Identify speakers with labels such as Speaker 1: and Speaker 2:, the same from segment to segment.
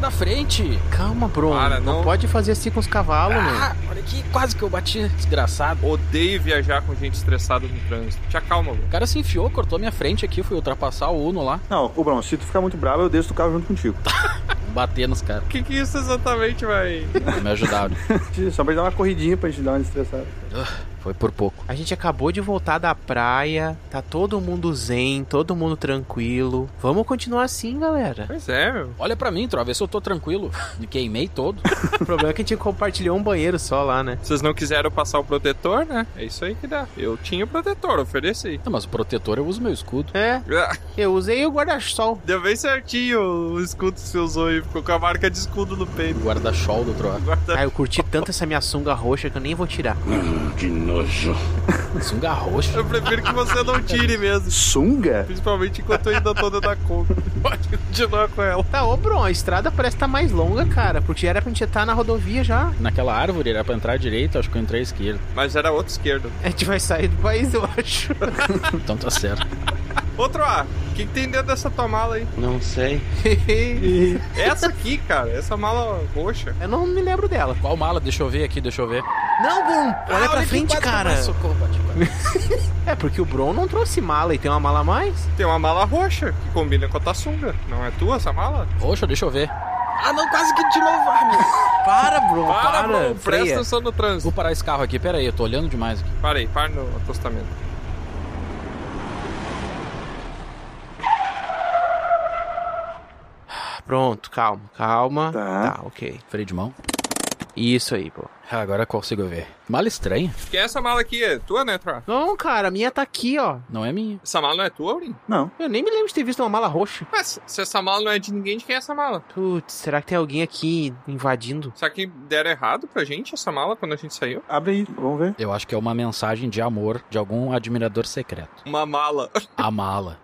Speaker 1: da frente.
Speaker 2: Calma, Bruno.
Speaker 3: Para,
Speaker 2: não...
Speaker 3: não.
Speaker 2: pode fazer assim com os cavalos, meu.
Speaker 1: Ah, olha aqui, quase que eu bati, desgraçado.
Speaker 3: Odeio viajar com gente estressada no trânsito. Te acalma, Bruno.
Speaker 1: O cara se enfiou, cortou minha frente aqui, fui ultrapassar o Uno lá,
Speaker 4: Não, ô Bruno, se tu ficar muito bravo, eu desço do carro junto contigo.
Speaker 1: bater nos caras.
Speaker 3: O que, que isso exatamente vai.
Speaker 1: Não me né? ajudaram.
Speaker 4: Só pra gente dar uma corridinha pra gente dar uma estressada.
Speaker 1: Foi por pouco.
Speaker 2: A gente acabou de voltar da praia, tá todo mundo zen, todo mundo tranquilo. Vamos continuar assim, galera.
Speaker 3: Pois é, meu.
Speaker 1: Olha pra mim, Tro, vê se eu tô tranquilo. Me queimei todo.
Speaker 2: O problema é que a gente compartilhou um banheiro só lá, né?
Speaker 3: Vocês não quiseram passar o protetor, né? É isso aí que dá. Eu tinha o protetor, ofereci.
Speaker 1: Não, mas o protetor eu uso meu escudo.
Speaker 2: É,
Speaker 3: Ah.
Speaker 2: eu usei o guarda-sol.
Speaker 3: Deu bem certinho o escudo que você usou aí. Ficou com a marca de escudo no peito.
Speaker 1: Guarda-chol do Tro.
Speaker 3: Guarda...
Speaker 2: Ah, eu curti tanto essa minha sunga roxa que eu nem vou tirar.
Speaker 5: Que nojo.
Speaker 1: Sunga roxa.
Speaker 3: Eu prefiro que você não tire mesmo.
Speaker 4: Sunga?
Speaker 3: Principalmente enquanto eu ainda tô dentro da Kombi. Pode continuar com ela.
Speaker 2: Tá, ô, Bruno, a estrada parece que tá mais longa, cara, porque era pra gente estar na rodovia já.
Speaker 1: Naquela árvore era pra entrar à direita, acho que eu entrei à esquerda.
Speaker 3: Mas era outro esquerdo.
Speaker 2: A gente vai sair do país, eu acho.
Speaker 1: Então tá certo.
Speaker 3: Outro A. O que, que tem dentro dessa tua mala aí?
Speaker 5: Não sei.
Speaker 3: Essa aqui, cara. Essa mala roxa.
Speaker 2: Eu não me lembro dela.
Speaker 1: Qual mala? Deixa eu ver aqui, deixa eu ver.
Speaker 2: Não, Bruno,
Speaker 1: Ah,
Speaker 2: olha é pra
Speaker 1: aqui,
Speaker 2: frente,
Speaker 1: quase que eu
Speaker 2: cara.
Speaker 1: mais socorro, bati, quase.
Speaker 2: É, porque o Bruno não trouxe mala e tem uma mala a mais.
Speaker 3: Tem uma mala roxa que combina com a tua sunga. Não é tua essa mala?
Speaker 1: Roxa, deixa eu ver. Ah, não, quase que de novo. Ai, meu.
Speaker 2: Para, Bruno, para.
Speaker 3: mano.
Speaker 2: freia.
Speaker 3: Presta atenção no trânsito.
Speaker 1: Vou parar esse carro aqui, pera aí, eu tô olhando demais aqui.
Speaker 3: Para aí, para no acostamento.
Speaker 2: Pronto, calma, calma.
Speaker 4: Tá.
Speaker 2: tá ok.
Speaker 1: Freio de mão.
Speaker 2: Isso aí, pô.
Speaker 1: Ah, Agora eu consigo ver. Mala estranha.
Speaker 3: Que essa mala aqui é tua, né, Tra?
Speaker 2: Não, cara, a minha tá aqui, ó.
Speaker 1: Não é minha.
Speaker 3: Essa mala não é tua, Aurim?
Speaker 4: Não.
Speaker 2: Eu nem me lembro de ter visto uma mala roxa.
Speaker 3: Mas se essa mala não é de ninguém, de quem é essa mala?
Speaker 2: Putz, será que tem alguém aqui invadindo?
Speaker 3: Será que deram errado pra gente essa mala quando a gente saiu?
Speaker 4: Abre aí, vamos ver.
Speaker 1: Eu acho que é uma mensagem de amor de algum admirador secreto.
Speaker 3: Uma mala.
Speaker 1: A mala.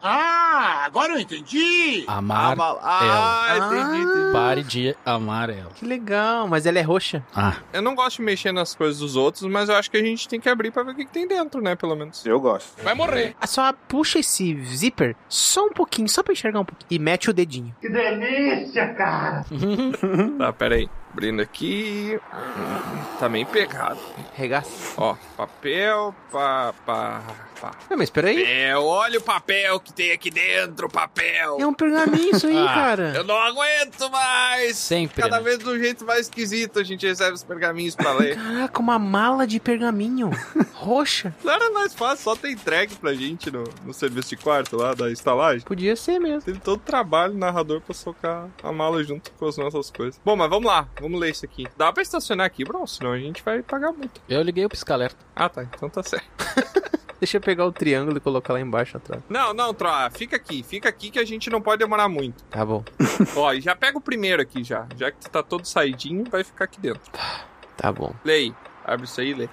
Speaker 5: Ah, agora eu entendi.
Speaker 3: A
Speaker 1: Amar.
Speaker 3: mala. Ah,
Speaker 2: ela.
Speaker 3: entendi, entendi.
Speaker 1: Pare de amar ela.
Speaker 2: Que legal, mas ela é roxa.
Speaker 1: Ah,
Speaker 3: Eu não gosto de mexer nas coisas dos outros, mas eu acho que a gente tem que abrir pra ver o que, que tem dentro, né, pelo menos.
Speaker 4: Eu gosto.
Speaker 3: Vai morrer.
Speaker 2: Ah, Só puxa esse zíper só um pouquinho, só pra enxergar um pouquinho. E mete o dedinho.
Speaker 3: Tá, peraí. Abrindo aqui. Tá meio pegado.
Speaker 2: Regaça.
Speaker 3: Ó, papel, pa, pa, pa-
Speaker 2: Não, mas peraí.
Speaker 3: papel. Olha o papel que tem aqui dentro, papel.
Speaker 2: É um pergaminho isso aí,
Speaker 1: Ah,
Speaker 2: cara.
Speaker 3: Eu não aguento mais.
Speaker 1: sempre.
Speaker 3: Cada
Speaker 1: né?
Speaker 3: vez de um jeito mais esquisito a gente recebe os pergaminhos pra ler.
Speaker 2: Caraca, uma mala de pergaminho. roxa.
Speaker 3: Não era mais fácil, só ter entregue pra gente no, no serviço de quarto lá da estalagem.
Speaker 2: Podia ser mesmo.
Speaker 3: Teve todo o trabalho do narrador pra socar a mala junto com as nossas coisas. Bom, mas vamos lá, vamos ler isso aqui. Dá pra estacionar aqui, bro? Senão a gente vai pagar multa.
Speaker 1: Eu liguei o pisca-alerta.
Speaker 3: Ah, tá, então tá certo.
Speaker 2: Deixa eu pegar o triângulo e colocar lá embaixo atrás.
Speaker 3: Não, não, Troa, fica aqui, fica aqui que a gente não pode demorar muito.
Speaker 2: Tá bom.
Speaker 3: Ó, e já pega o primeiro aqui já. Já que tu tá todo saidinho, vai ficar aqui dentro.
Speaker 2: Tá bom.
Speaker 3: Lê aí, abre isso aí e lê.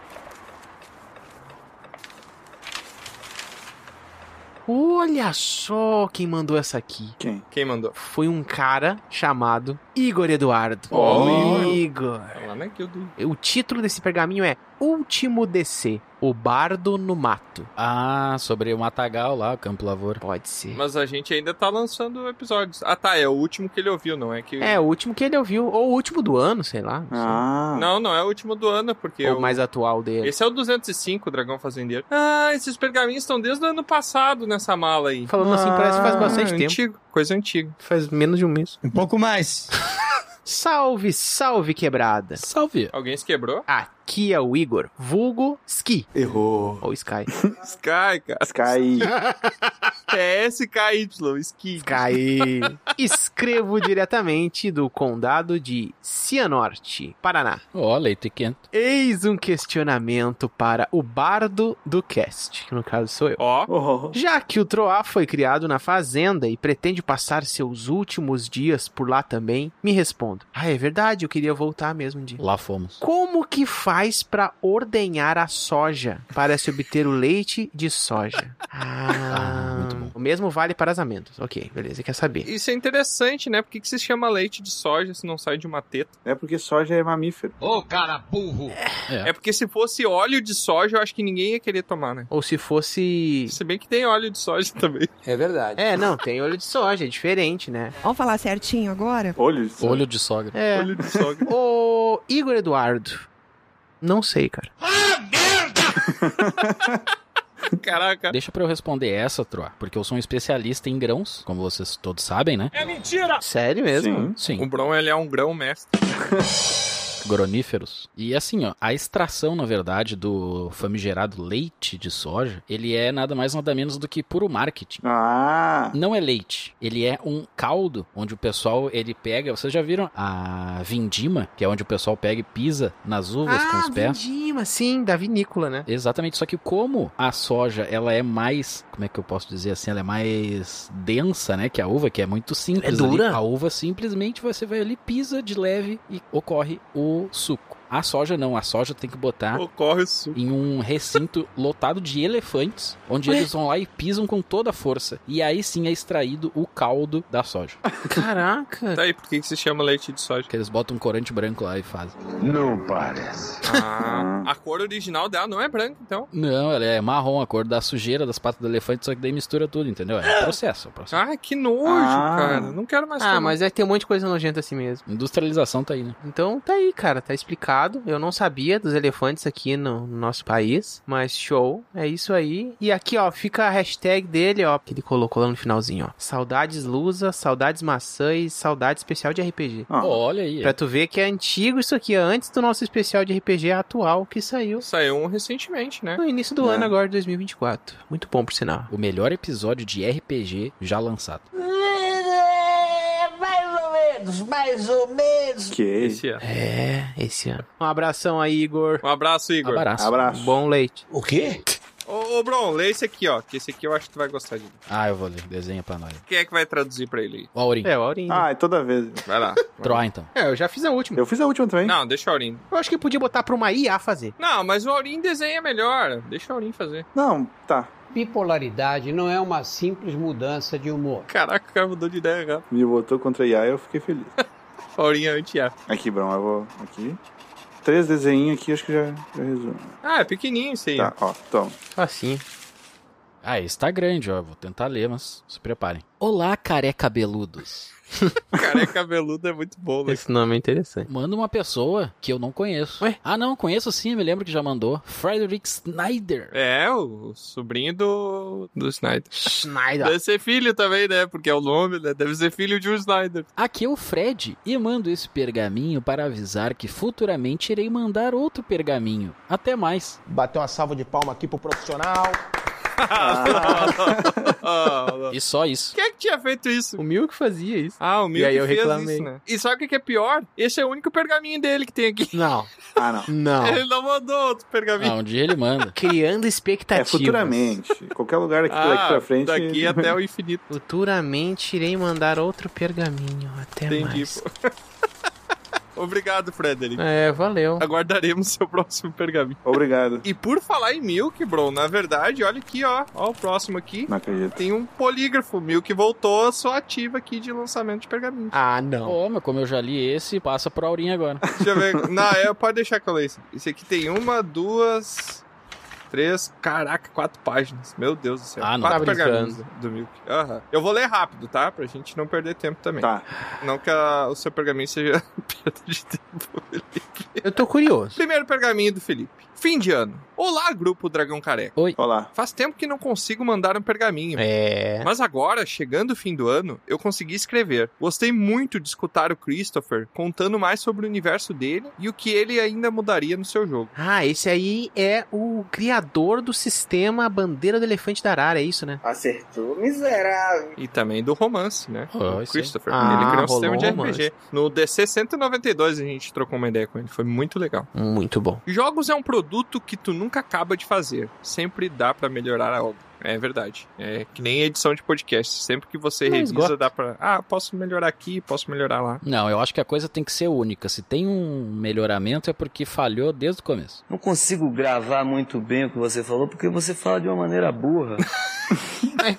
Speaker 2: Olha só quem mandou essa aqui.
Speaker 4: Quem?
Speaker 3: Quem mandou?
Speaker 2: Foi um cara chamado Igor Eduardo.
Speaker 3: Ó,
Speaker 2: Igor.
Speaker 3: Tá lá na guilda. hein?
Speaker 2: O título desse pergaminho é Último DC, o bardo no mato.
Speaker 1: Ah, sobre o Matagal lá, o Campo Lavoura.
Speaker 2: Pode ser.
Speaker 3: Mas a gente ainda tá lançando episódios. Ah, tá, é o último que ele ouviu, não é que...
Speaker 2: É, o último que ele ouviu, ou o último do ano, sei lá. não sei.
Speaker 4: Ah.
Speaker 3: Não, não é o último do ano, porque...
Speaker 2: ou
Speaker 3: o-
Speaker 2: mais atual dele.
Speaker 3: Esse é o 205, Dragão Fazendeiro. Ah, esses pergaminhos estão desde o ano passado nessa mala aí.
Speaker 2: Falando assim, parece que faz
Speaker 4: Ah,
Speaker 2: bastante
Speaker 3: Ah,
Speaker 2: tempo.
Speaker 3: antigo, coisa antiga.
Speaker 2: Faz menos de um mês.
Speaker 6: Um pouco mais.
Speaker 2: Salve, salve, quebrada.
Speaker 1: Salve.
Speaker 3: Alguém se quebrou?
Speaker 2: Aqui é o Igor, vulgo Ski,
Speaker 4: Errou.
Speaker 2: ou Sky.
Speaker 3: Sky, cara.
Speaker 4: Sky.
Speaker 3: É SKY, Ski.
Speaker 2: Sky. Escrevo diretamente do condado de Cianorte, Paraná.
Speaker 1: Ó, leite quente.
Speaker 2: Eis um questionamento para o bardo do cast, que no caso sou eu.
Speaker 3: Ó,
Speaker 4: Oh.
Speaker 2: Já que o Troá foi criado na fazenda e pretende passar seus últimos dias por lá também, me respondo. Ah, é verdade, eu queria voltar mesmo um dia.
Speaker 1: Lá fomos.
Speaker 2: Como que faz pra ordenhar a soja para se obter o leite de soja?
Speaker 1: Ah,
Speaker 2: Ah,
Speaker 1: muito bom.
Speaker 2: O mesmo vale para as amêndoas. Ok, beleza, quer saber.
Speaker 3: Isso é interessante, né? Por que, que se chama leite de soja se não sai de uma teta?
Speaker 4: É porque soja é mamífero.
Speaker 5: Ô, cara burro!
Speaker 1: É.
Speaker 3: É porque se fosse óleo de soja, eu acho que ninguém ia querer tomar, né?
Speaker 2: Ou se fosse.
Speaker 3: Se bem que tem óleo de soja também.
Speaker 6: É verdade.
Speaker 2: É, não, tem olho de soja, é diferente, né?
Speaker 7: Vamos falar certinho agora?
Speaker 4: Olho de soja.
Speaker 1: Olho de sogra.
Speaker 2: É.
Speaker 3: Óleo de soja.
Speaker 2: Ô, Igor Eduardo. Não sei, cara.
Speaker 5: Ah, merda!
Speaker 3: Caraca.
Speaker 1: Deixa pra eu responder essa, Troa, porque eu sou um especialista em grãos, como vocês todos sabem, né?
Speaker 2: Sério mesmo?
Speaker 4: Sim.
Speaker 3: O
Speaker 1: Sim,
Speaker 3: Brão, ele é um grão mestre.
Speaker 1: groníferos. E assim, ó, a extração, na verdade, do famigerado leite de soja, ele é nada mais nada menos do que puro marketing.
Speaker 4: Ah,
Speaker 1: Não é leite, ele é um caldo onde o pessoal ele pega. Vocês já viram a vindima, que é onde o pessoal pega e pisa nas uvas com
Speaker 2: Ah,
Speaker 1: os pés?
Speaker 2: vindima, sim, da vinícola, né?
Speaker 1: Exatamente, só que como a soja ela é mais, como é que eu posso dizer assim, ela é mais densa, né, que a uva, que é muito simples.
Speaker 2: É
Speaker 1: ali.
Speaker 2: dura?
Speaker 1: a uva simplesmente você vai ali, pisa de leve e ocorre o suco. A soja não, a soja tem que botar
Speaker 3: Ocorre o suco.
Speaker 1: em um recinto lotado de elefantes, onde
Speaker 2: Ué?
Speaker 1: eles vão lá e pisam com toda a força. E aí sim é extraído o caldo da soja.
Speaker 2: Ah. Caraca.
Speaker 3: Tá aí, por que, que se chama leite de soja?
Speaker 1: Que eles botam um corante branco lá e fazem.
Speaker 5: Não parece.
Speaker 3: Ah, a cor original dela não é branca, então.
Speaker 1: Não, ela é marrom, a cor da sujeira das patas do elefante, só que daí mistura tudo, entendeu? É um processo, é um processo.
Speaker 3: Ah, que nojo,
Speaker 4: Ah.
Speaker 3: cara. Não quero mais
Speaker 2: Ah,
Speaker 3: comer.
Speaker 2: mas é ter um monte de coisa nojenta assim mesmo.
Speaker 1: Industrialização tá aí, né?
Speaker 2: Então tá aí, cara, tá explicado. Eu não sabia dos elefantes aqui no, no nosso país, mas show, é isso aí. E aqui, ó, fica a hashtag dele, ó, que ele colocou lá no finalzinho, ó. Saudades Lusa, saudades maçã e saudade especial de RPG.
Speaker 4: Ah.
Speaker 1: Olha aí.
Speaker 2: Pra tu ver que é antigo isso aqui, é antes do nosso especial de RPG atual que saiu
Speaker 3: Saiu um recentemente, né?
Speaker 2: no início do
Speaker 4: É.
Speaker 2: ano agora, de 2024. Muito bom, por sinal.
Speaker 1: O melhor episódio de RPG já lançado.
Speaker 8: Mais ou menos, mais ou menos.
Speaker 4: Que
Speaker 3: Esse é.
Speaker 2: É, esse ano. Um abração aí, Igor.
Speaker 3: Um abraço, Igor.
Speaker 1: Abraço.
Speaker 4: Abraço.
Speaker 2: Bom leite.
Speaker 6: O quê?
Speaker 3: Ô, ô, Bron, lê esse aqui, ó. Que esse aqui eu acho que tu vai gostar de.
Speaker 1: Ah, eu vou ler. Desenha pra nós.
Speaker 3: Quem é que vai traduzir pra ele aí?
Speaker 1: Ó, Aurim.
Speaker 2: É, o Aurinho.
Speaker 4: Ah, é toda vez.
Speaker 3: Vai lá.
Speaker 1: Troar, então.
Speaker 2: É, eu já fiz a última.
Speaker 4: Eu fiz a última também.
Speaker 3: Não, deixa o Aurim.
Speaker 2: Eu acho que podia botar pra uma IA fazer.
Speaker 3: Não, mas o Aurim desenha melhor. Deixa o Aurim fazer.
Speaker 4: Não, tá.
Speaker 6: Bipolaridade não é uma simples mudança de humor.
Speaker 3: Caraca, o cara mudou de ideia, cara.
Speaker 4: Me botou contra a IA e eu fiquei feliz.
Speaker 3: O Aurim é anti -F.
Speaker 4: Aqui, Brão, eu vou. Aqui. Três desenhinhos aqui, acho que já, já resumo.
Speaker 3: Ah, é pequenininho isso aí.
Speaker 4: Tá, ó, toma.
Speaker 2: Assim.
Speaker 1: Ah, esse tá grande, ó. Vou tentar ler, mas se preparem. Olá, careca beludos.
Speaker 3: Careca cabeludo é muito bom, né?
Speaker 2: Esse nome é interessante.
Speaker 1: Manda uma pessoa que eu não conheço.
Speaker 2: Ué?
Speaker 1: Ah, não, conheço sim, me lembro que já mandou. Frederick Snyder.
Speaker 3: É, o sobrinho do, do Snyder.
Speaker 2: Schneider.
Speaker 3: Deve ser filho também, né? Porque é o nome, né? Deve ser filho de um Snyder.
Speaker 1: Aqui é o Fred e mando esse pergaminho para avisar que futuramente irei mandar outro pergaminho. Até mais.
Speaker 9: Bateu uma salva de palma aqui pro profissional.
Speaker 3: Ah, não.
Speaker 1: E só isso.
Speaker 3: Quem é que tinha feito isso?
Speaker 2: O Milk fazia isso.
Speaker 3: Ah, o Milk
Speaker 2: aí eu
Speaker 3: fez
Speaker 2: reclamei.
Speaker 3: isso, né? E sabe o que que é pior? Esse é o único pergaminho dele que tem aqui.
Speaker 2: Não,
Speaker 4: Ah, não.
Speaker 2: não.
Speaker 3: Ele não mandou outro pergaminho.
Speaker 1: Ah, um dia ele manda.
Speaker 2: Criando
Speaker 4: É
Speaker 2: expectativas.
Speaker 4: futuramente. Qualquer lugar aqui, daqui pra frente.
Speaker 3: Ah, daqui até o infinito.
Speaker 2: Futuramente irei mandar outro pergaminho. Até
Speaker 3: Entendi,
Speaker 2: mais.
Speaker 3: pô. tipo. Obrigado, Frederick.
Speaker 2: É, valeu.
Speaker 3: Aguardaremos seu próximo pergaminho.
Speaker 4: Obrigado.
Speaker 3: E por falar em Milk, bro, na verdade, olha aqui, ó. Ó o próximo aqui.
Speaker 4: Não acredito.
Speaker 3: Tem um polígrafo. Milk voltou à sua ativa aqui de lançamento de pergaminho.
Speaker 2: Ah, não.
Speaker 1: Ô, mas como eu já li esse, passa pro Aurinho agora.
Speaker 3: Deixa eu ver. Não, é, pode deixar que eu leia isso. Esse aqui tem uma, duas, três, caraca, quatro páginas. Meu Deus do céu.
Speaker 1: Ah, não.
Speaker 3: quatro
Speaker 2: Tá brincando.
Speaker 3: pergaminhos do Milk. Aham. Eu vou ler rápido, tá? Pra gente não perder tempo também.
Speaker 4: Tá.
Speaker 3: Não que a- o seu pergaminho seja perda de tempo.
Speaker 2: Eu tô curioso.
Speaker 3: Primeiro pergaminho do Felipe. Fim de ano. Olá, grupo Dragão Careca.
Speaker 4: Olá.
Speaker 3: Faz tempo que não consigo mandar um pergaminho.
Speaker 2: É.
Speaker 3: Mas agora, chegando o fim do ano, eu consegui escrever. Gostei muito de escutar o Christopher contando mais sobre o universo dele e o que ele ainda mudaria no seu jogo.
Speaker 2: Ah, esse aí é o criador do sistema Bandeira do Elefante da Arara, é isso, né?
Speaker 8: Acertou, miserável.
Speaker 3: E também do romance, né?
Speaker 1: Ah,
Speaker 3: o
Speaker 1: isso aí.
Speaker 3: Christopher.
Speaker 2: Ah,
Speaker 3: ele criou um
Speaker 2: rolou
Speaker 3: sistema de
Speaker 2: um
Speaker 3: RPG. No DC 192 a gente trocou uma ideia com ele. Foi muito legal.
Speaker 2: Muito bom.
Speaker 3: Jogos é um produto que tu nunca acaba de fazer. Sempre dá pra melhorar algo. É verdade. É que nem edição de podcast. Sempre que você
Speaker 2: Não
Speaker 3: revisa,
Speaker 2: esgota.
Speaker 3: dá pra. Ah, posso melhorar aqui, posso melhorar lá.
Speaker 1: Não, eu acho que a coisa tem que ser única. Se tem um melhoramento é porque falhou desde o começo.
Speaker 10: Não consigo gravar muito bem o que você falou porque você fala de uma maneira burra.
Speaker 2: É,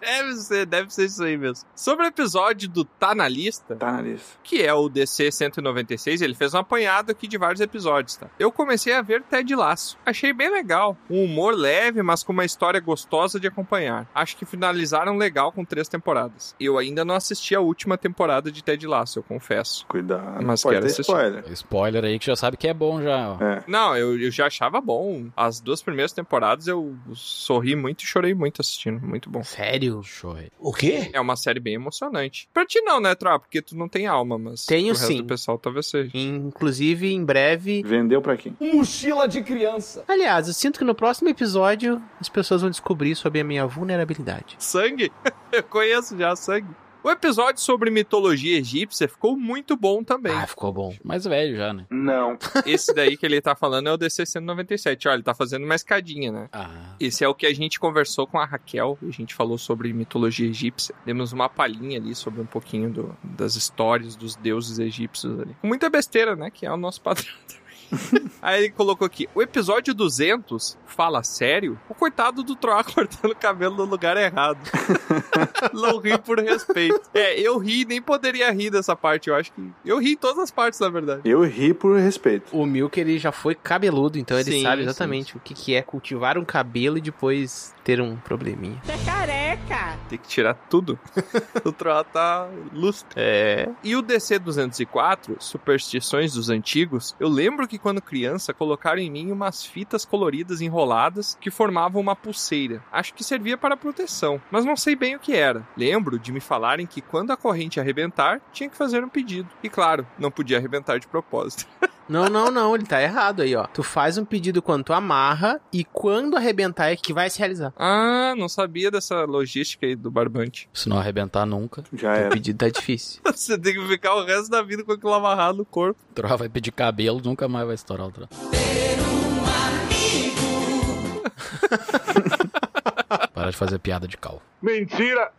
Speaker 3: Deve ser, deve ser isso aí mesmo. Sobre o episódio do Tá na Lista,
Speaker 4: Tá na lista.
Speaker 3: que é o DC 196, ele fez um apanhado aqui de vários episódios, tá? Eu comecei a ver Ted Laço. Achei bem legal. Um humor leve, mas com uma história gostosa de acompanhar. Acho que finalizaram legal com três temporadas. Eu ainda não assisti a última temporada de Ted Laço, eu confesso.
Speaker 4: Cuidado.
Speaker 3: Mas
Speaker 4: Pode
Speaker 3: quero
Speaker 4: ter
Speaker 3: assistir.
Speaker 4: spoiler.
Speaker 1: Spoiler aí que já sabe que é bom já, ó.
Speaker 4: É.
Speaker 3: Não, eu, eu já achava bom. As duas primeiras temporadas eu sorri muito e chorei muito assistindo. Muito bom.
Speaker 2: Sério?
Speaker 1: Show aí.
Speaker 5: O quê?
Speaker 3: É uma série bem emocionante. Pra ti não, né, Tra? Porque tu não tem alma, mas
Speaker 2: Tenho
Speaker 3: pro
Speaker 2: sim.
Speaker 3: resto do pessoal talvez seja.
Speaker 2: Inclusive, em breve.
Speaker 4: Vendeu pra quem?
Speaker 9: Mochila de criança.
Speaker 2: Aliás, eu sinto que no próximo episódio as pessoas vão descobrir sobre a minha vulnerabilidade.
Speaker 3: Sangue? Eu conheço já sangue. O episódio sobre mitologia egípcia ficou muito bom também.
Speaker 2: Ah, ficou bom.
Speaker 1: Mais velho já, né?
Speaker 4: Não.
Speaker 3: Esse daí que ele tá falando é o DC 197. Olha, ele tá fazendo uma escadinha, né?
Speaker 1: Ah.
Speaker 3: Esse é o que a gente conversou com a Raquel. A gente falou sobre mitologia egípcia. Demos uma palhinha ali sobre um pouquinho do- das histórias dos deuses egípcios ali. Com muita besteira, né? Que é o nosso padrão também. Aí ele colocou aqui: o episódio 200 fala sério? O coitado do Troá cortando o cabelo no lugar errado. Não ri por respeito. É, eu ri, nem poderia rir dessa parte. Eu acho que. Eu ri em todas as partes, na verdade.
Speaker 4: Eu ri por respeito.
Speaker 2: O Milk, ele já foi cabeludo, então ele
Speaker 3: Sim,
Speaker 2: sabe
Speaker 3: sim,
Speaker 2: exatamente o que, que é cultivar um cabelo e depois ter um probleminha.
Speaker 7: Você é careca!
Speaker 3: Tem que tirar tudo. o Troá tá lustre.
Speaker 2: É.
Speaker 3: E o DC 204, Superstições dos Antigos, eu lembro que quando criança colocaram em mim umas fitas coloridas enroladas que formavam uma pulseira. Acho que servia para proteção, mas não sei bem o que era. Lembro de me falarem que quando a corrente arrebentar, tinha que fazer um pedido. E claro, não podia arrebentar de propósito.
Speaker 2: Não, não, não, ele tá errado aí, ó. Tu faz um pedido quando tu amarra e quando arrebentar é que vai se realizar.
Speaker 3: Ah, não sabia dessa logística aí do barbante.
Speaker 1: Se não arrebentar nunca,
Speaker 4: Já
Speaker 2: O
Speaker 4: era.
Speaker 2: pedido tá difícil.
Speaker 3: Você tem que ficar o resto da vida com aquilo amarrado no corpo.
Speaker 1: o Troá vai pedir cabelo, nunca mais vai estourar o Troá. Parar de fazer piada de cal.
Speaker 5: Mentira!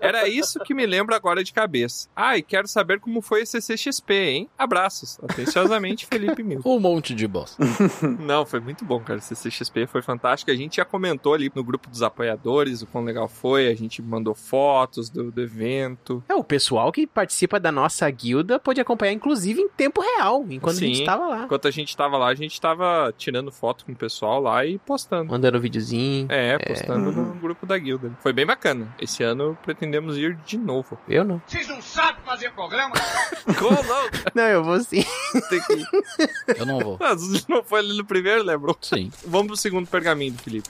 Speaker 3: Era isso que me lembro agora de cabeça. Ah, e quero saber como foi esse CCXP, hein? Abraços. Atenciosamente, Felipe Mil.
Speaker 1: Um monte de bosta.
Speaker 3: Não, foi muito bom, cara. CCXP foi fantástico. A gente já comentou ali no grupo dos apoiadores o quão legal foi. A gente mandou fotos do, do evento.
Speaker 2: É, o pessoal que participa da nossa guilda pode acompanhar, inclusive, em tempo real, enquanto a
Speaker 3: Sim.
Speaker 2: gente tava lá.
Speaker 3: Enquanto a gente tava lá, a gente tava tirando foto com o pessoal lá e postando.
Speaker 2: Mandando videozinho.
Speaker 3: É, postando no
Speaker 4: Uhum.
Speaker 3: grupo da guilda. Foi bem bacana. Esse ano pretendemos ir de novo.
Speaker 2: Eu não.
Speaker 5: Vocês não sabem fazer programa?
Speaker 3: Como não?
Speaker 2: Não, eu vou sim.
Speaker 3: Tem que...
Speaker 1: Eu não vou.
Speaker 3: Ah, não foi ali no primeiro, lembrou?
Speaker 1: Sim.
Speaker 3: Vamos pro segundo pergaminho, Felipe.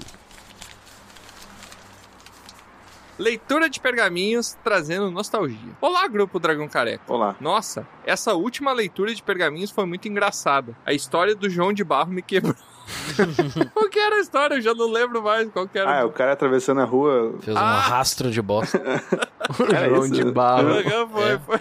Speaker 3: Leitura de pergaminhos trazendo nostalgia. Olá, grupo Dragão Careca.
Speaker 4: Olá.
Speaker 3: Nossa, essa última leitura de pergaminhos foi muito engraçada. A história do João de Barro me quebrou. qual que era a história? Eu já não lembro mais qual que
Speaker 4: Ah,
Speaker 3: era.
Speaker 4: é o cara atravessando a rua.
Speaker 1: Fez um
Speaker 3: Ah!
Speaker 1: rastro de bosta.
Speaker 4: Era
Speaker 2: João
Speaker 4: isso?
Speaker 2: de barro.
Speaker 3: Aham, foi,
Speaker 1: É.
Speaker 3: foi.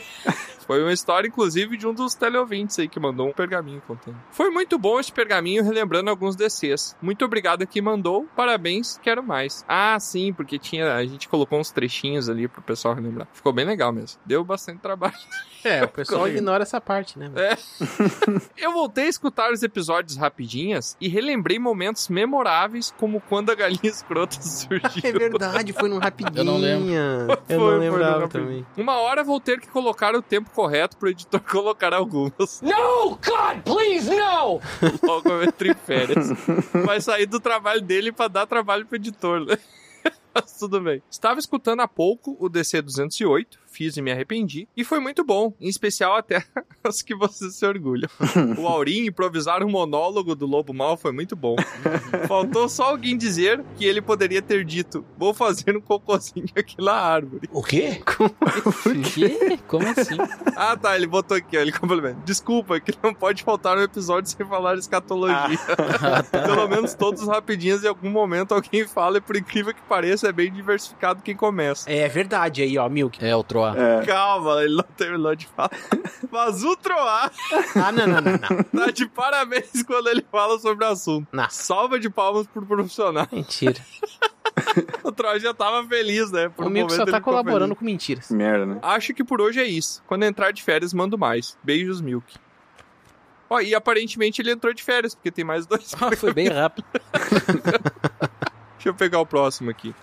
Speaker 3: Foi uma história, inclusive, de um dos teleouvintes aí que mandou um pergaminho contando. Foi muito bom esse pergaminho, relembrando alguns DCs. Muito obrigado a quem mandou. Parabéns, quero mais. Ah, sim, porque tinha. A gente colocou uns trechinhos ali pro pessoal relembrar. Ficou bem legal mesmo. Deu bastante trabalho.
Speaker 2: É, o pessoal
Speaker 3: Comigo.
Speaker 2: ignora essa parte, né?
Speaker 3: É. Eu voltei a escutar os episódios rapidinhas e relembrei momentos memoráveis, como quando a galinha escrota surgiu.
Speaker 2: É verdade, foi num rapidinho.
Speaker 1: Eu não lembro.
Speaker 2: Eu
Speaker 3: Foi, foi
Speaker 2: não
Speaker 3: num
Speaker 2: lembrava
Speaker 3: rapidinho.
Speaker 2: também.
Speaker 3: Uma hora vou ter que colocar o tempo correto pro editor colocar algumas.
Speaker 6: No, God, please, no!
Speaker 3: Logo eu entro em férias. Vai sair do trabalho dele pra dar trabalho pro editor, né? Mas tudo bem. Estava escutando há pouco o DC 208, fiz e me arrependi, e foi muito bom, em especial até as que vocês se orgulham. O Aurim improvisar um monólogo do Lobo Mal foi muito bom. Faltou só alguém dizer que ele poderia ter dito: Vou fazer um cocôzinho aqui na árvore.
Speaker 5: O quê?
Speaker 1: Que? Como assim?
Speaker 3: Ah, tá, ele botou aqui, ó, ele complementa. Desculpa, é que não pode faltar um episódio sem falar escatologia. Pelo menos todos rapidinhos, em algum momento alguém fala, e por incrível que pareça, é bem diversificado quem começa.
Speaker 2: É verdade aí, ó, Milk.
Speaker 1: É o Troá.
Speaker 4: É.
Speaker 3: Calma, ele não terminou de falar. Mas o Troar
Speaker 2: Ah, não, não, não, não.
Speaker 3: tá de parabéns quando ele fala sobre o assunto.
Speaker 2: Nossa.
Speaker 3: Salva de palmas pro profissional.
Speaker 2: Mentira.
Speaker 3: O Troar já tava feliz, né? Por
Speaker 2: o
Speaker 3: um
Speaker 2: Milk só
Speaker 3: momento ele
Speaker 2: tá
Speaker 3: ficou
Speaker 2: colaborando com mentiras.
Speaker 4: Merda, né?
Speaker 3: Acho que por hoje é isso. Quando entrar de férias, mando mais. Beijos, Milk. Ó, e aparentemente ele entrou de férias, porque tem mais dois.
Speaker 1: Ah, foi bem rápido.
Speaker 3: Deixa eu pegar o próximo aqui.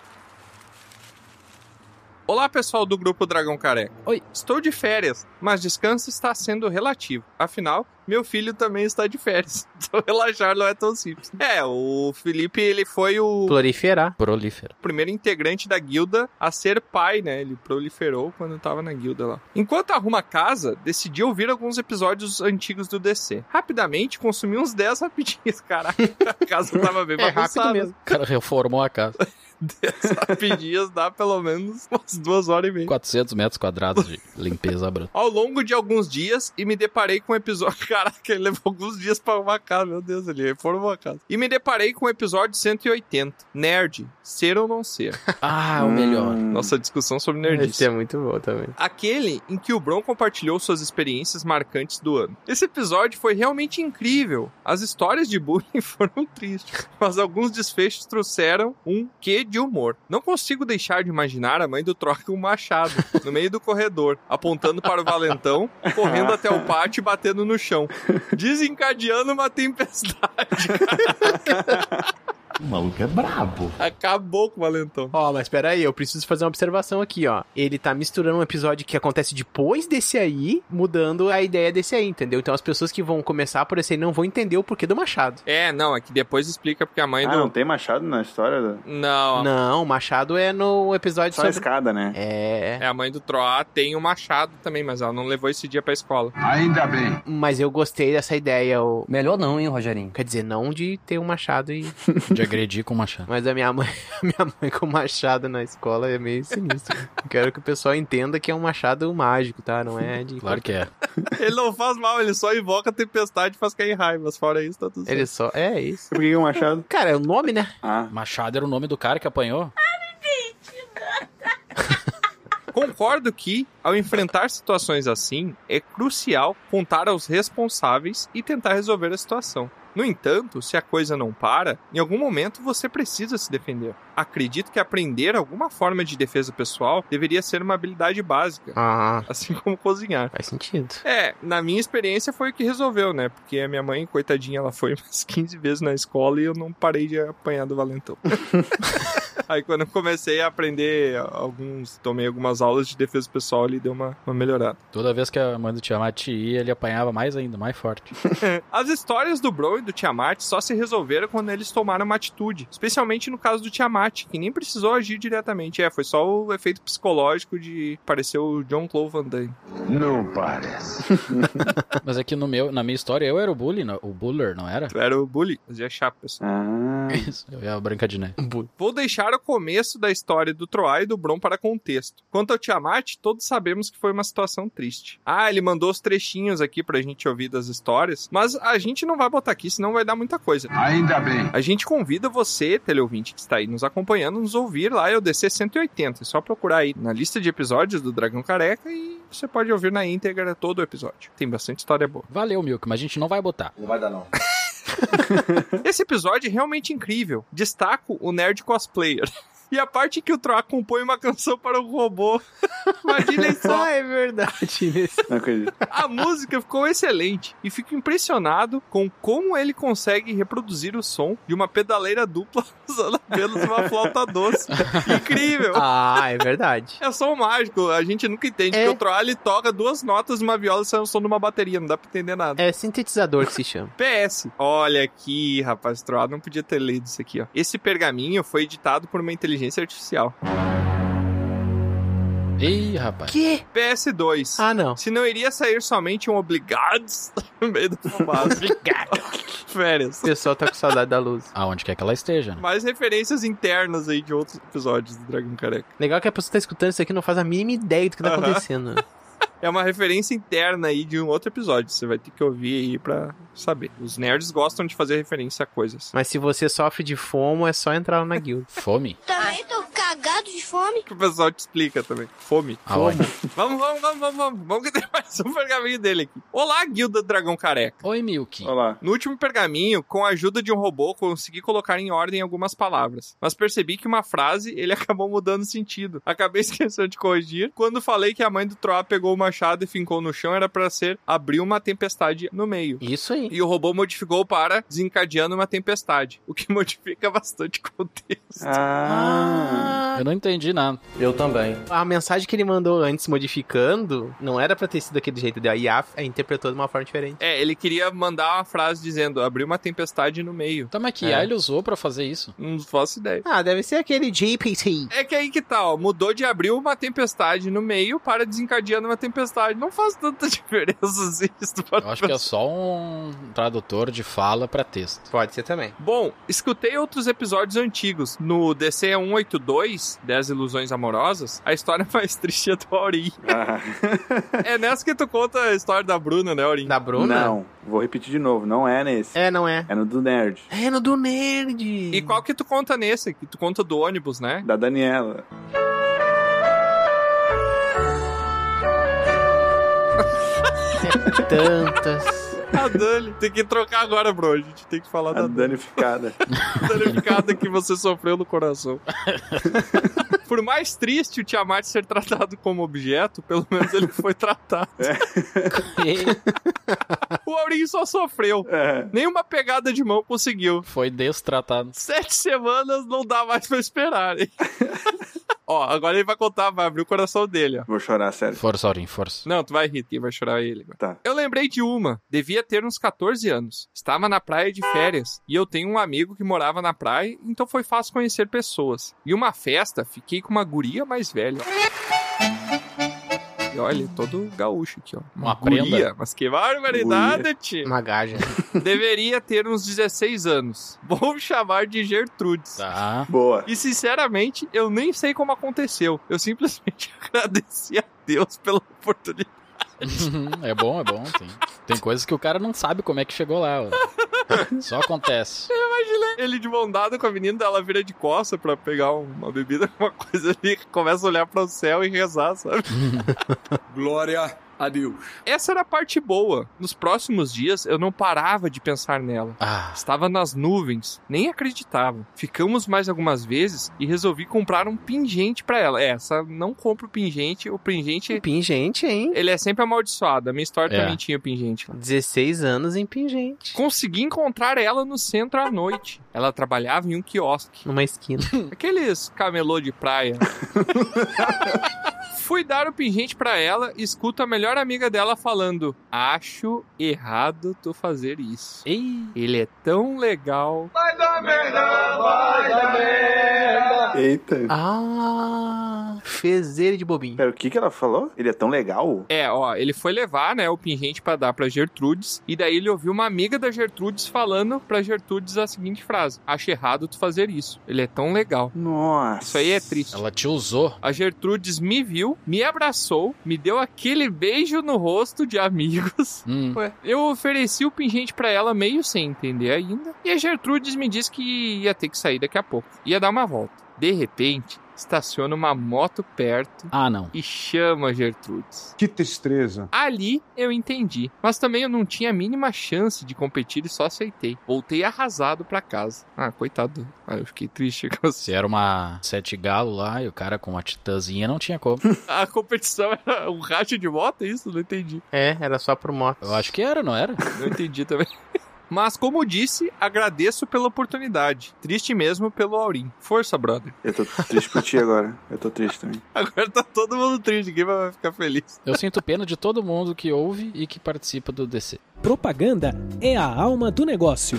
Speaker 3: Olá, pessoal do grupo Dragão Careca.
Speaker 1: Oi.
Speaker 3: Estou de férias, mas descanso está sendo relativo. Afinal, meu filho também está de férias. Então relaxar não é tão simples. É, o Felipe, ele foi o
Speaker 2: Proliferar.
Speaker 1: Prolífera.
Speaker 3: primeiro integrante da guilda a ser pai, né? Ele proliferou quando tava na guilda lá. Enquanto arruma a casa, decidi ouvir alguns episódios antigos do DC. Rapidamente, consumi uns 10 rapidinhos, caraca. A casa tava bem
Speaker 2: É rápido
Speaker 3: bagunçada.
Speaker 2: mesmo.
Speaker 1: O cara reformou a casa.
Speaker 3: 10 rapidinhas dá pelo menos umas duas horas e meia.
Speaker 1: 400 metros quadrados de limpeza branca.
Speaker 3: Ao longo de alguns dias, e me deparei com um episódio. Caraca, ele levou alguns dias pra arrumar a casa, meu Deus, ele reformou a casa. E me deparei com o episódio 180. Nerd, ser ou não ser?
Speaker 1: Ah, o melhor.
Speaker 4: Hum.
Speaker 3: Nossa discussão sobre nerdice.
Speaker 2: Esse é muito bom também.
Speaker 3: Aquele em que o Bron compartilhou suas experiências marcantes do ano. Esse episódio foi realmente incrível. As histórias de bullying foram tristes, mas alguns desfechos trouxeram um quê de humor. Não consigo deixar de imaginar a mãe do Troca com um machado no meio do corredor, apontando para o valentão, correndo até o pátio e batendo no chão, desencadeando uma tempestade.
Speaker 9: O maluco é brabo.
Speaker 3: Acabou com o valentão.
Speaker 2: Ó, mas peraí, eu preciso fazer uma observação aqui, ó. Ele tá misturando um episódio que acontece depois desse aí, mudando a ideia desse aí, entendeu? Então as pessoas que vão começar por esse aí não vão entender o porquê do Machado.
Speaker 3: É, não, é que depois explica porque a mãe
Speaker 4: Ah,
Speaker 3: do.
Speaker 4: não tem machado na história? da-
Speaker 3: Não,
Speaker 2: Não, o Machado é no episódio
Speaker 4: Só a
Speaker 2: sobre...
Speaker 4: escada, né?
Speaker 2: É,
Speaker 3: É, a mãe do Troá tem o machado também, mas ela não levou esse dia pra escola.
Speaker 5: Ainda bem.
Speaker 2: mas eu gostei dessa ideia, o...
Speaker 10: Melhor não, hein, Rogerinho?
Speaker 2: Quer dizer, não de ter um machado e...
Speaker 1: De agredir com machado.
Speaker 2: Mas a minha mãe, a minha mãe com machado na escola é meio sinistro. Eu quero que o pessoal entenda que é um machado mágico, tá? Não é de...
Speaker 1: Claro que é.
Speaker 3: ele não faz mal, ele só invoca a tempestade e faz cair raio, mas fora isso, tá tudo certo.
Speaker 2: Ele só... É isso.
Speaker 4: Por que que é um machado?
Speaker 2: Cara, é o nome, né?
Speaker 4: Ah,
Speaker 1: Machado era o nome do cara que apanhou?
Speaker 3: Concordo que, ao enfrentar situações assim, é crucial contar aos responsáveis e tentar resolver a situação. No entanto, se a coisa não para, em algum momento você precisa se defender. Acredito que aprender alguma forma de defesa pessoal deveria ser uma habilidade básica,
Speaker 2: Ah,
Speaker 3: assim como cozinhar.
Speaker 2: faz sentido.
Speaker 3: É, na minha experiência foi o que resolveu, né? Porque a minha mãe, coitadinha, ela foi umas 15 vezes na escola e eu não parei de apanhar do valentão. Aí quando eu comecei a aprender alguns, tomei algumas aulas de defesa pessoal, ele deu uma, uma melhorada.
Speaker 1: Toda vez que a mãe do Tiamat ia, ele apanhava mais ainda, mais forte.
Speaker 3: As histórias do Bron e do Tiamat só se resolveram quando eles tomaram uma atitude, especialmente no caso do Tiamat, que nem precisou agir diretamente. É, foi só o efeito psicológico de parecer o John Clow Van Damme.
Speaker 5: Não parece.
Speaker 1: Mas aqui no meu, na minha história, eu era o bully, não- o buller, não era?
Speaker 3: Tu Era o bully, fazia chapa, pessoal.
Speaker 4: ah.
Speaker 1: Isso, eu era a Branca de Neve.
Speaker 3: Vou deixar o começo da história do Troá e do Bron para contexto. Quanto ao Tiamat, todos sabemos que foi uma situação triste. Ah, ele mandou os trechinhos aqui pra gente ouvir das histórias, mas a gente não vai botar aqui, senão vai dar muita coisa.
Speaker 5: Ainda bem.
Speaker 3: A gente convida você, teleouvinte que está aí nos acompanhando, nos ouvir lá, é o DC 180. É só procurar aí na lista de episódios do Dragão Careca e você pode ouvir na íntegra todo o episódio. Tem bastante história boa.
Speaker 1: Valeu, Milk, mas a gente não vai botar.
Speaker 9: Não vai dar, não.
Speaker 3: Esse episódio é realmente incrível. Destaco o nerd cosplayer. E a parte em que o Troá compõe uma canção para o robô. Imaginem só.
Speaker 2: Ah, é verdade.
Speaker 4: Não acredito.
Speaker 3: A música ficou excelente. E fico impressionado com como ele consegue reproduzir o som de uma pedaleira dupla usando apenas uma flauta doce. Incrível.
Speaker 2: Ah, é verdade.
Speaker 3: É som mágico. A gente nunca entende.
Speaker 2: É.
Speaker 3: Porque o Troá ele toca duas notas de uma viola e sai o som de uma bateria. Não dá pra entender nada.
Speaker 2: É sintetizador que se chama.
Speaker 3: PS. Olha aqui, rapaz, troado, não podia ter lido isso aqui, ó. Esse pergaminho foi editado por uma inteligência artificial.
Speaker 1: Ih, rapaz.
Speaker 2: Que?
Speaker 3: PS2.
Speaker 2: Ah, não.
Speaker 3: Se não iria sair somente um obrigados no meio do fumaça. Obrigado. Férias.
Speaker 2: O pessoal tá com saudade da luz.
Speaker 1: Aonde quer que ela esteja, né?
Speaker 3: Mais referências internas aí de outros episódios do Dragão Careca.
Speaker 2: Legal que a pessoa tá escutando isso aqui e não faz a mínima ideia do que tá
Speaker 3: Aham.
Speaker 2: acontecendo.
Speaker 3: É uma referência interna aí de um outro episódio. Você vai ter que ouvir aí pra saber. Os nerds gostam de fazer referência a coisas.
Speaker 2: Mas se você sofre de fomo, é só entrar na guilda.
Speaker 1: Fome?
Speaker 7: Também tô cagado.
Speaker 10: Tá cagado de fome.
Speaker 3: que o pessoal te explica também. Fome.
Speaker 1: Aonde?
Speaker 3: Vamos, vamos, vamos, vamos, vamos. Vamos que tem mais um pergaminho dele aqui. Olá, Guilda Dragão Careca.
Speaker 1: Oi, Milk.
Speaker 4: Olha lá.
Speaker 3: No último pergaminho, com a ajuda de um robô, consegui colocar em ordem algumas palavras. Mas percebi que uma frase ele acabou mudando o sentido. Acabei esquecendo de corrigir. Quando falei que a mãe do Troá pegou o machado e fincou no chão, era pra ser abriu uma tempestade no meio.
Speaker 2: Isso aí.
Speaker 3: E o robô modificou para desencadeando uma tempestade, o que modifica bastante o contexto.
Speaker 4: É. Ah.
Speaker 1: Eu não entendi nada.
Speaker 9: Eu também.
Speaker 2: A mensagem que ele mandou antes modificando não era pra ter sido daquele jeito. A IA interpretou de uma forma diferente.
Speaker 3: É, ele queria mandar uma frase dizendo abriu uma tempestade no meio.
Speaker 1: Então, mas que
Speaker 2: É.
Speaker 1: IA ele usou pra fazer isso?
Speaker 3: Não faço ideia.
Speaker 2: Ah, deve ser aquele GPT.
Speaker 3: É que aí que tá, ó, mudou de abril uma tempestade no meio para desencadeando uma tempestade. Não faz tanta diferença isso. pra
Speaker 1: Eu acho que é só um tradutor de fala pra texto.
Speaker 2: Pode ser também.
Speaker 3: Bom, escutei outros episódios antigos. No é DC 182, 10 Ilusões Amorosas, a história mais triste é do Aurim.
Speaker 4: Ah.
Speaker 3: É nessa que tu conta a história da Bruna, né, Aurim?
Speaker 2: Da
Speaker 4: Ah.
Speaker 2: Bruna?
Speaker 4: Não, vou repetir de novo. Não é nesse. É,
Speaker 2: É, não é.
Speaker 4: no do Nerd.
Speaker 2: É no do Nerd.
Speaker 3: E qual que tu conta nesse? Que tu conta do ônibus, né?
Speaker 4: Da Daniela.
Speaker 2: Tantas.
Speaker 3: A Dani. Tem que trocar agora, bro. A gente tem que falar
Speaker 4: A
Speaker 3: da Dani.
Speaker 4: danificada.
Speaker 3: danificada que você sofreu no coração. Por mais triste o Tiamat ser tratado como objeto, pelo menos ele foi tratado. O Aurim só sofreu.
Speaker 4: É.
Speaker 3: Nenhuma pegada de mão conseguiu.
Speaker 1: Foi destratado.
Speaker 3: Sete semanas não dá mais pra esperar. hein? ó, agora ele vai contar, vai abrir o coração dele, ó.
Speaker 4: Vou chorar, sério.
Speaker 1: Força, Aurim, força.
Speaker 3: Não, tu vai rir, quem vai chorar é ele. agora.
Speaker 4: Tá.
Speaker 3: Eu lembrei de uma. Devia ter uns 14 anos. Estava na praia de férias e eu tenho um amigo que morava na praia, então foi fácil conhecer pessoas. E uma festa, fiquei com uma guria mais velha. E olha, ele é todo gaúcho aqui, ó.
Speaker 1: Uma prenda.
Speaker 3: Guria, mas que barbaridade, tio.
Speaker 2: Uma gaja.
Speaker 3: Deveria ter uns 16 anos. Vou chamar de Gertrudes.
Speaker 1: Tá.
Speaker 4: Boa.
Speaker 3: E sinceramente, eu nem sei como aconteceu. Eu simplesmente agradeci a Deus pela oportunidade.
Speaker 1: é bom, é bom, sim. Tem coisas que o cara não sabe como é que chegou lá. ó. Só acontece.
Speaker 3: Ele de mão dada com a menina, ela vira de costa pra pegar uma bebida, alguma coisa ali, começa a olhar pro céu e rezar, sabe?
Speaker 5: Glória a Deus.
Speaker 3: Essa era a parte boa. Nos próximos dias, eu não parava de pensar nela.
Speaker 1: Ah,
Speaker 3: Estava nas nuvens, nem acreditava. Ficamos mais algumas vezes e resolvi comprar um pingente pra ela. É, Essa não compra o pingente, o pingente
Speaker 2: Pingente, hein?
Speaker 3: ele é sempre amaldiçoado. A minha história
Speaker 1: É.
Speaker 3: também tinha o pingente.
Speaker 2: 16 anos em pingente.
Speaker 3: Consegui encontrar ela no centro à noite. Ela trabalhava em um quiosque.
Speaker 2: Numa esquina.
Speaker 3: Aqueles camelô de praia. Fui dar o pingente pra ela e escuto a melhor amiga dela falando: Acho errado tu fazer isso.
Speaker 1: ei,
Speaker 3: Ele é tão legal.
Speaker 4: Eita.
Speaker 2: Ah, fez ele de bobinho.
Speaker 4: Pera, o que que ela falou? Ele é tão legal?
Speaker 3: É, ó, ele foi levar, né, o pingente pra dar pra Gertrudes. E daí ele ouviu uma amiga da Gertrudes falando pra Gertrudes a seguinte frase: Acho errado tu fazer isso. Ele é tão legal.
Speaker 4: Nossa.
Speaker 3: Isso aí é triste.
Speaker 1: ela te usou.
Speaker 3: A Gertrudes me viu, me abraçou, me deu aquele beijo no rosto de amigos.
Speaker 1: Hum,
Speaker 3: Eu ofereci o pingente pra ela meio sem entender ainda, e a Gertrudes me disse que ia ter que sair daqui a pouco. Ia dar uma volta. De repente, estaciona uma moto perto
Speaker 1: Ah, não.
Speaker 3: e chama a Gertrudes.
Speaker 5: Que tristeza.
Speaker 3: Ali eu entendi, mas também eu não tinha a mínima chance de competir e só aceitei. Voltei arrasado pra casa. Ah, coitado. Ah, eu fiquei triste com você.
Speaker 1: Se era uma sete galo lá e o cara com uma titãzinha, não tinha como.
Speaker 3: A competição era um racha de moto, é isso? Não entendi.
Speaker 2: É, era só pro moto.
Speaker 1: Eu acho que era, não era?
Speaker 3: Não entendi também. Mas, como disse, agradeço pela oportunidade. Triste mesmo pelo Aurim. Força, brother.
Speaker 4: Eu tô triste por ti agora. Eu tô triste também.
Speaker 3: Agora tá todo mundo triste, ninguém vai ficar feliz.
Speaker 1: Eu sinto pena de todo mundo que ouve e que participa do DC.
Speaker 11: Propaganda é a alma do negócio.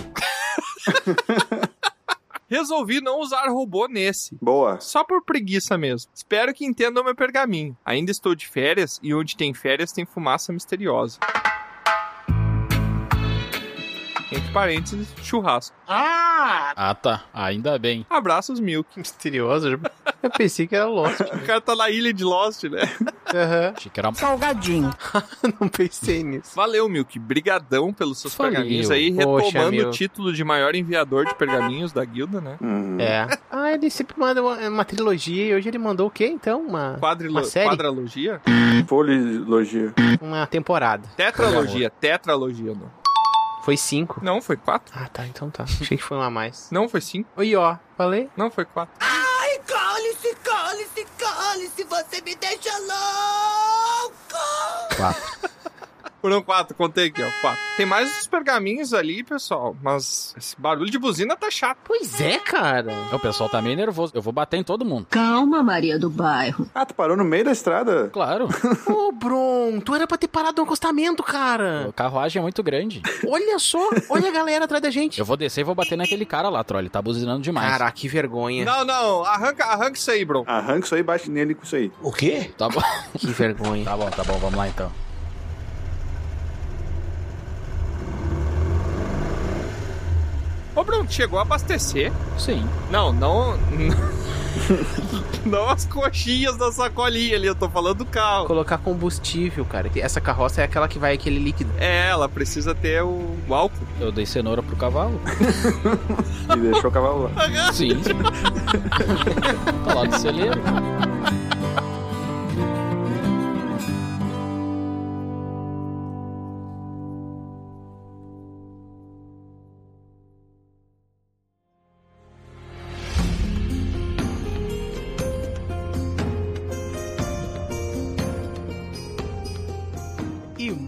Speaker 3: Resolvi não usar robô nesse.
Speaker 4: Boa.
Speaker 3: Só por preguiça mesmo. Espero que entendam meu pergaminho. Ainda estou de férias e onde tem férias tem fumaça misteriosa. Quem que parênteses, churrasco.
Speaker 2: Ah!
Speaker 1: Ah, tá. Ainda bem.
Speaker 3: Abraços Milk.
Speaker 2: Misterioso. Eu pensei que era Lost.
Speaker 3: O cara tá na ilha de Lost, né?
Speaker 2: Aham.
Speaker 1: Achei que era um-
Speaker 7: Salgadinho.
Speaker 2: Não pensei nisso.
Speaker 3: Valeu, Milk. Brigadão pelos seus
Speaker 1: Valeu.
Speaker 3: pergaminhos aí,
Speaker 2: Poxa,
Speaker 3: retomando o
Speaker 2: Milk.
Speaker 3: título de maior enviador de pergaminhos da guilda, né?
Speaker 4: Hum.
Speaker 2: É. Ah, ele sempre manda uma, uma trilogia e hoje ele mandou o quê, então? Uma,
Speaker 3: Quadrilo...
Speaker 2: Uma série?
Speaker 3: Quadralogia?
Speaker 4: Polilogia.
Speaker 2: uma temporada.
Speaker 3: Tetralogia, tetralogia, não.
Speaker 2: Foi cinco.
Speaker 3: Não, foi quatro.
Speaker 2: Ah, tá. Então tá. Achei que foi uma a mais.
Speaker 3: Não, foi cinco.
Speaker 2: Oi, ó. Falei?
Speaker 3: Não, foi quatro.
Speaker 8: Ai, cole-se, cole-se, cole-se, você me deixa louco!
Speaker 1: quatro.
Speaker 3: Foram quatro, contei aqui, ó. Quatro. Tem mais os pergaminhos ali, pessoal, mas esse barulho de buzina tá chato.
Speaker 2: Pois é, cara.
Speaker 1: O pessoal tá meio nervoso. Eu vou bater em todo mundo.
Speaker 10: Calma, Maria do Bairro.
Speaker 4: Ah, tu parou no meio da estrada?
Speaker 1: Claro,
Speaker 2: Ô, Bron, tu era pra ter parado no acostamento, cara.
Speaker 1: a carruagem é muito grande.
Speaker 2: Olha só. Olha a galera atrás da gente.
Speaker 1: Eu vou descer e vou bater naquele cara lá, Troll. Ele tá buzinando demais.
Speaker 2: Cara, que vergonha.
Speaker 3: Não, não, arranca, arranca isso aí, bro.
Speaker 4: Arranca isso aí, bate nele com isso aí.
Speaker 9: O quê?
Speaker 1: Tá bom.
Speaker 2: Que vergonha.
Speaker 1: Tá bom, tá bom, vamos lá então.
Speaker 3: Ô, Bruno, chegou a abastecer.
Speaker 1: Sim.
Speaker 3: Não, não. Não as coxinhas da sacolinha ali, eu tô falando do carro.
Speaker 2: Colocar combustível, cara. Essa carroça é aquela que vai aquele líquido.
Speaker 3: É, ela precisa ter o, o álcool.
Speaker 1: Eu dei cenoura pro cavalo.
Speaker 4: E deixou o cavalo lá.
Speaker 1: Sim. tá lá no celeiro.
Speaker 11: E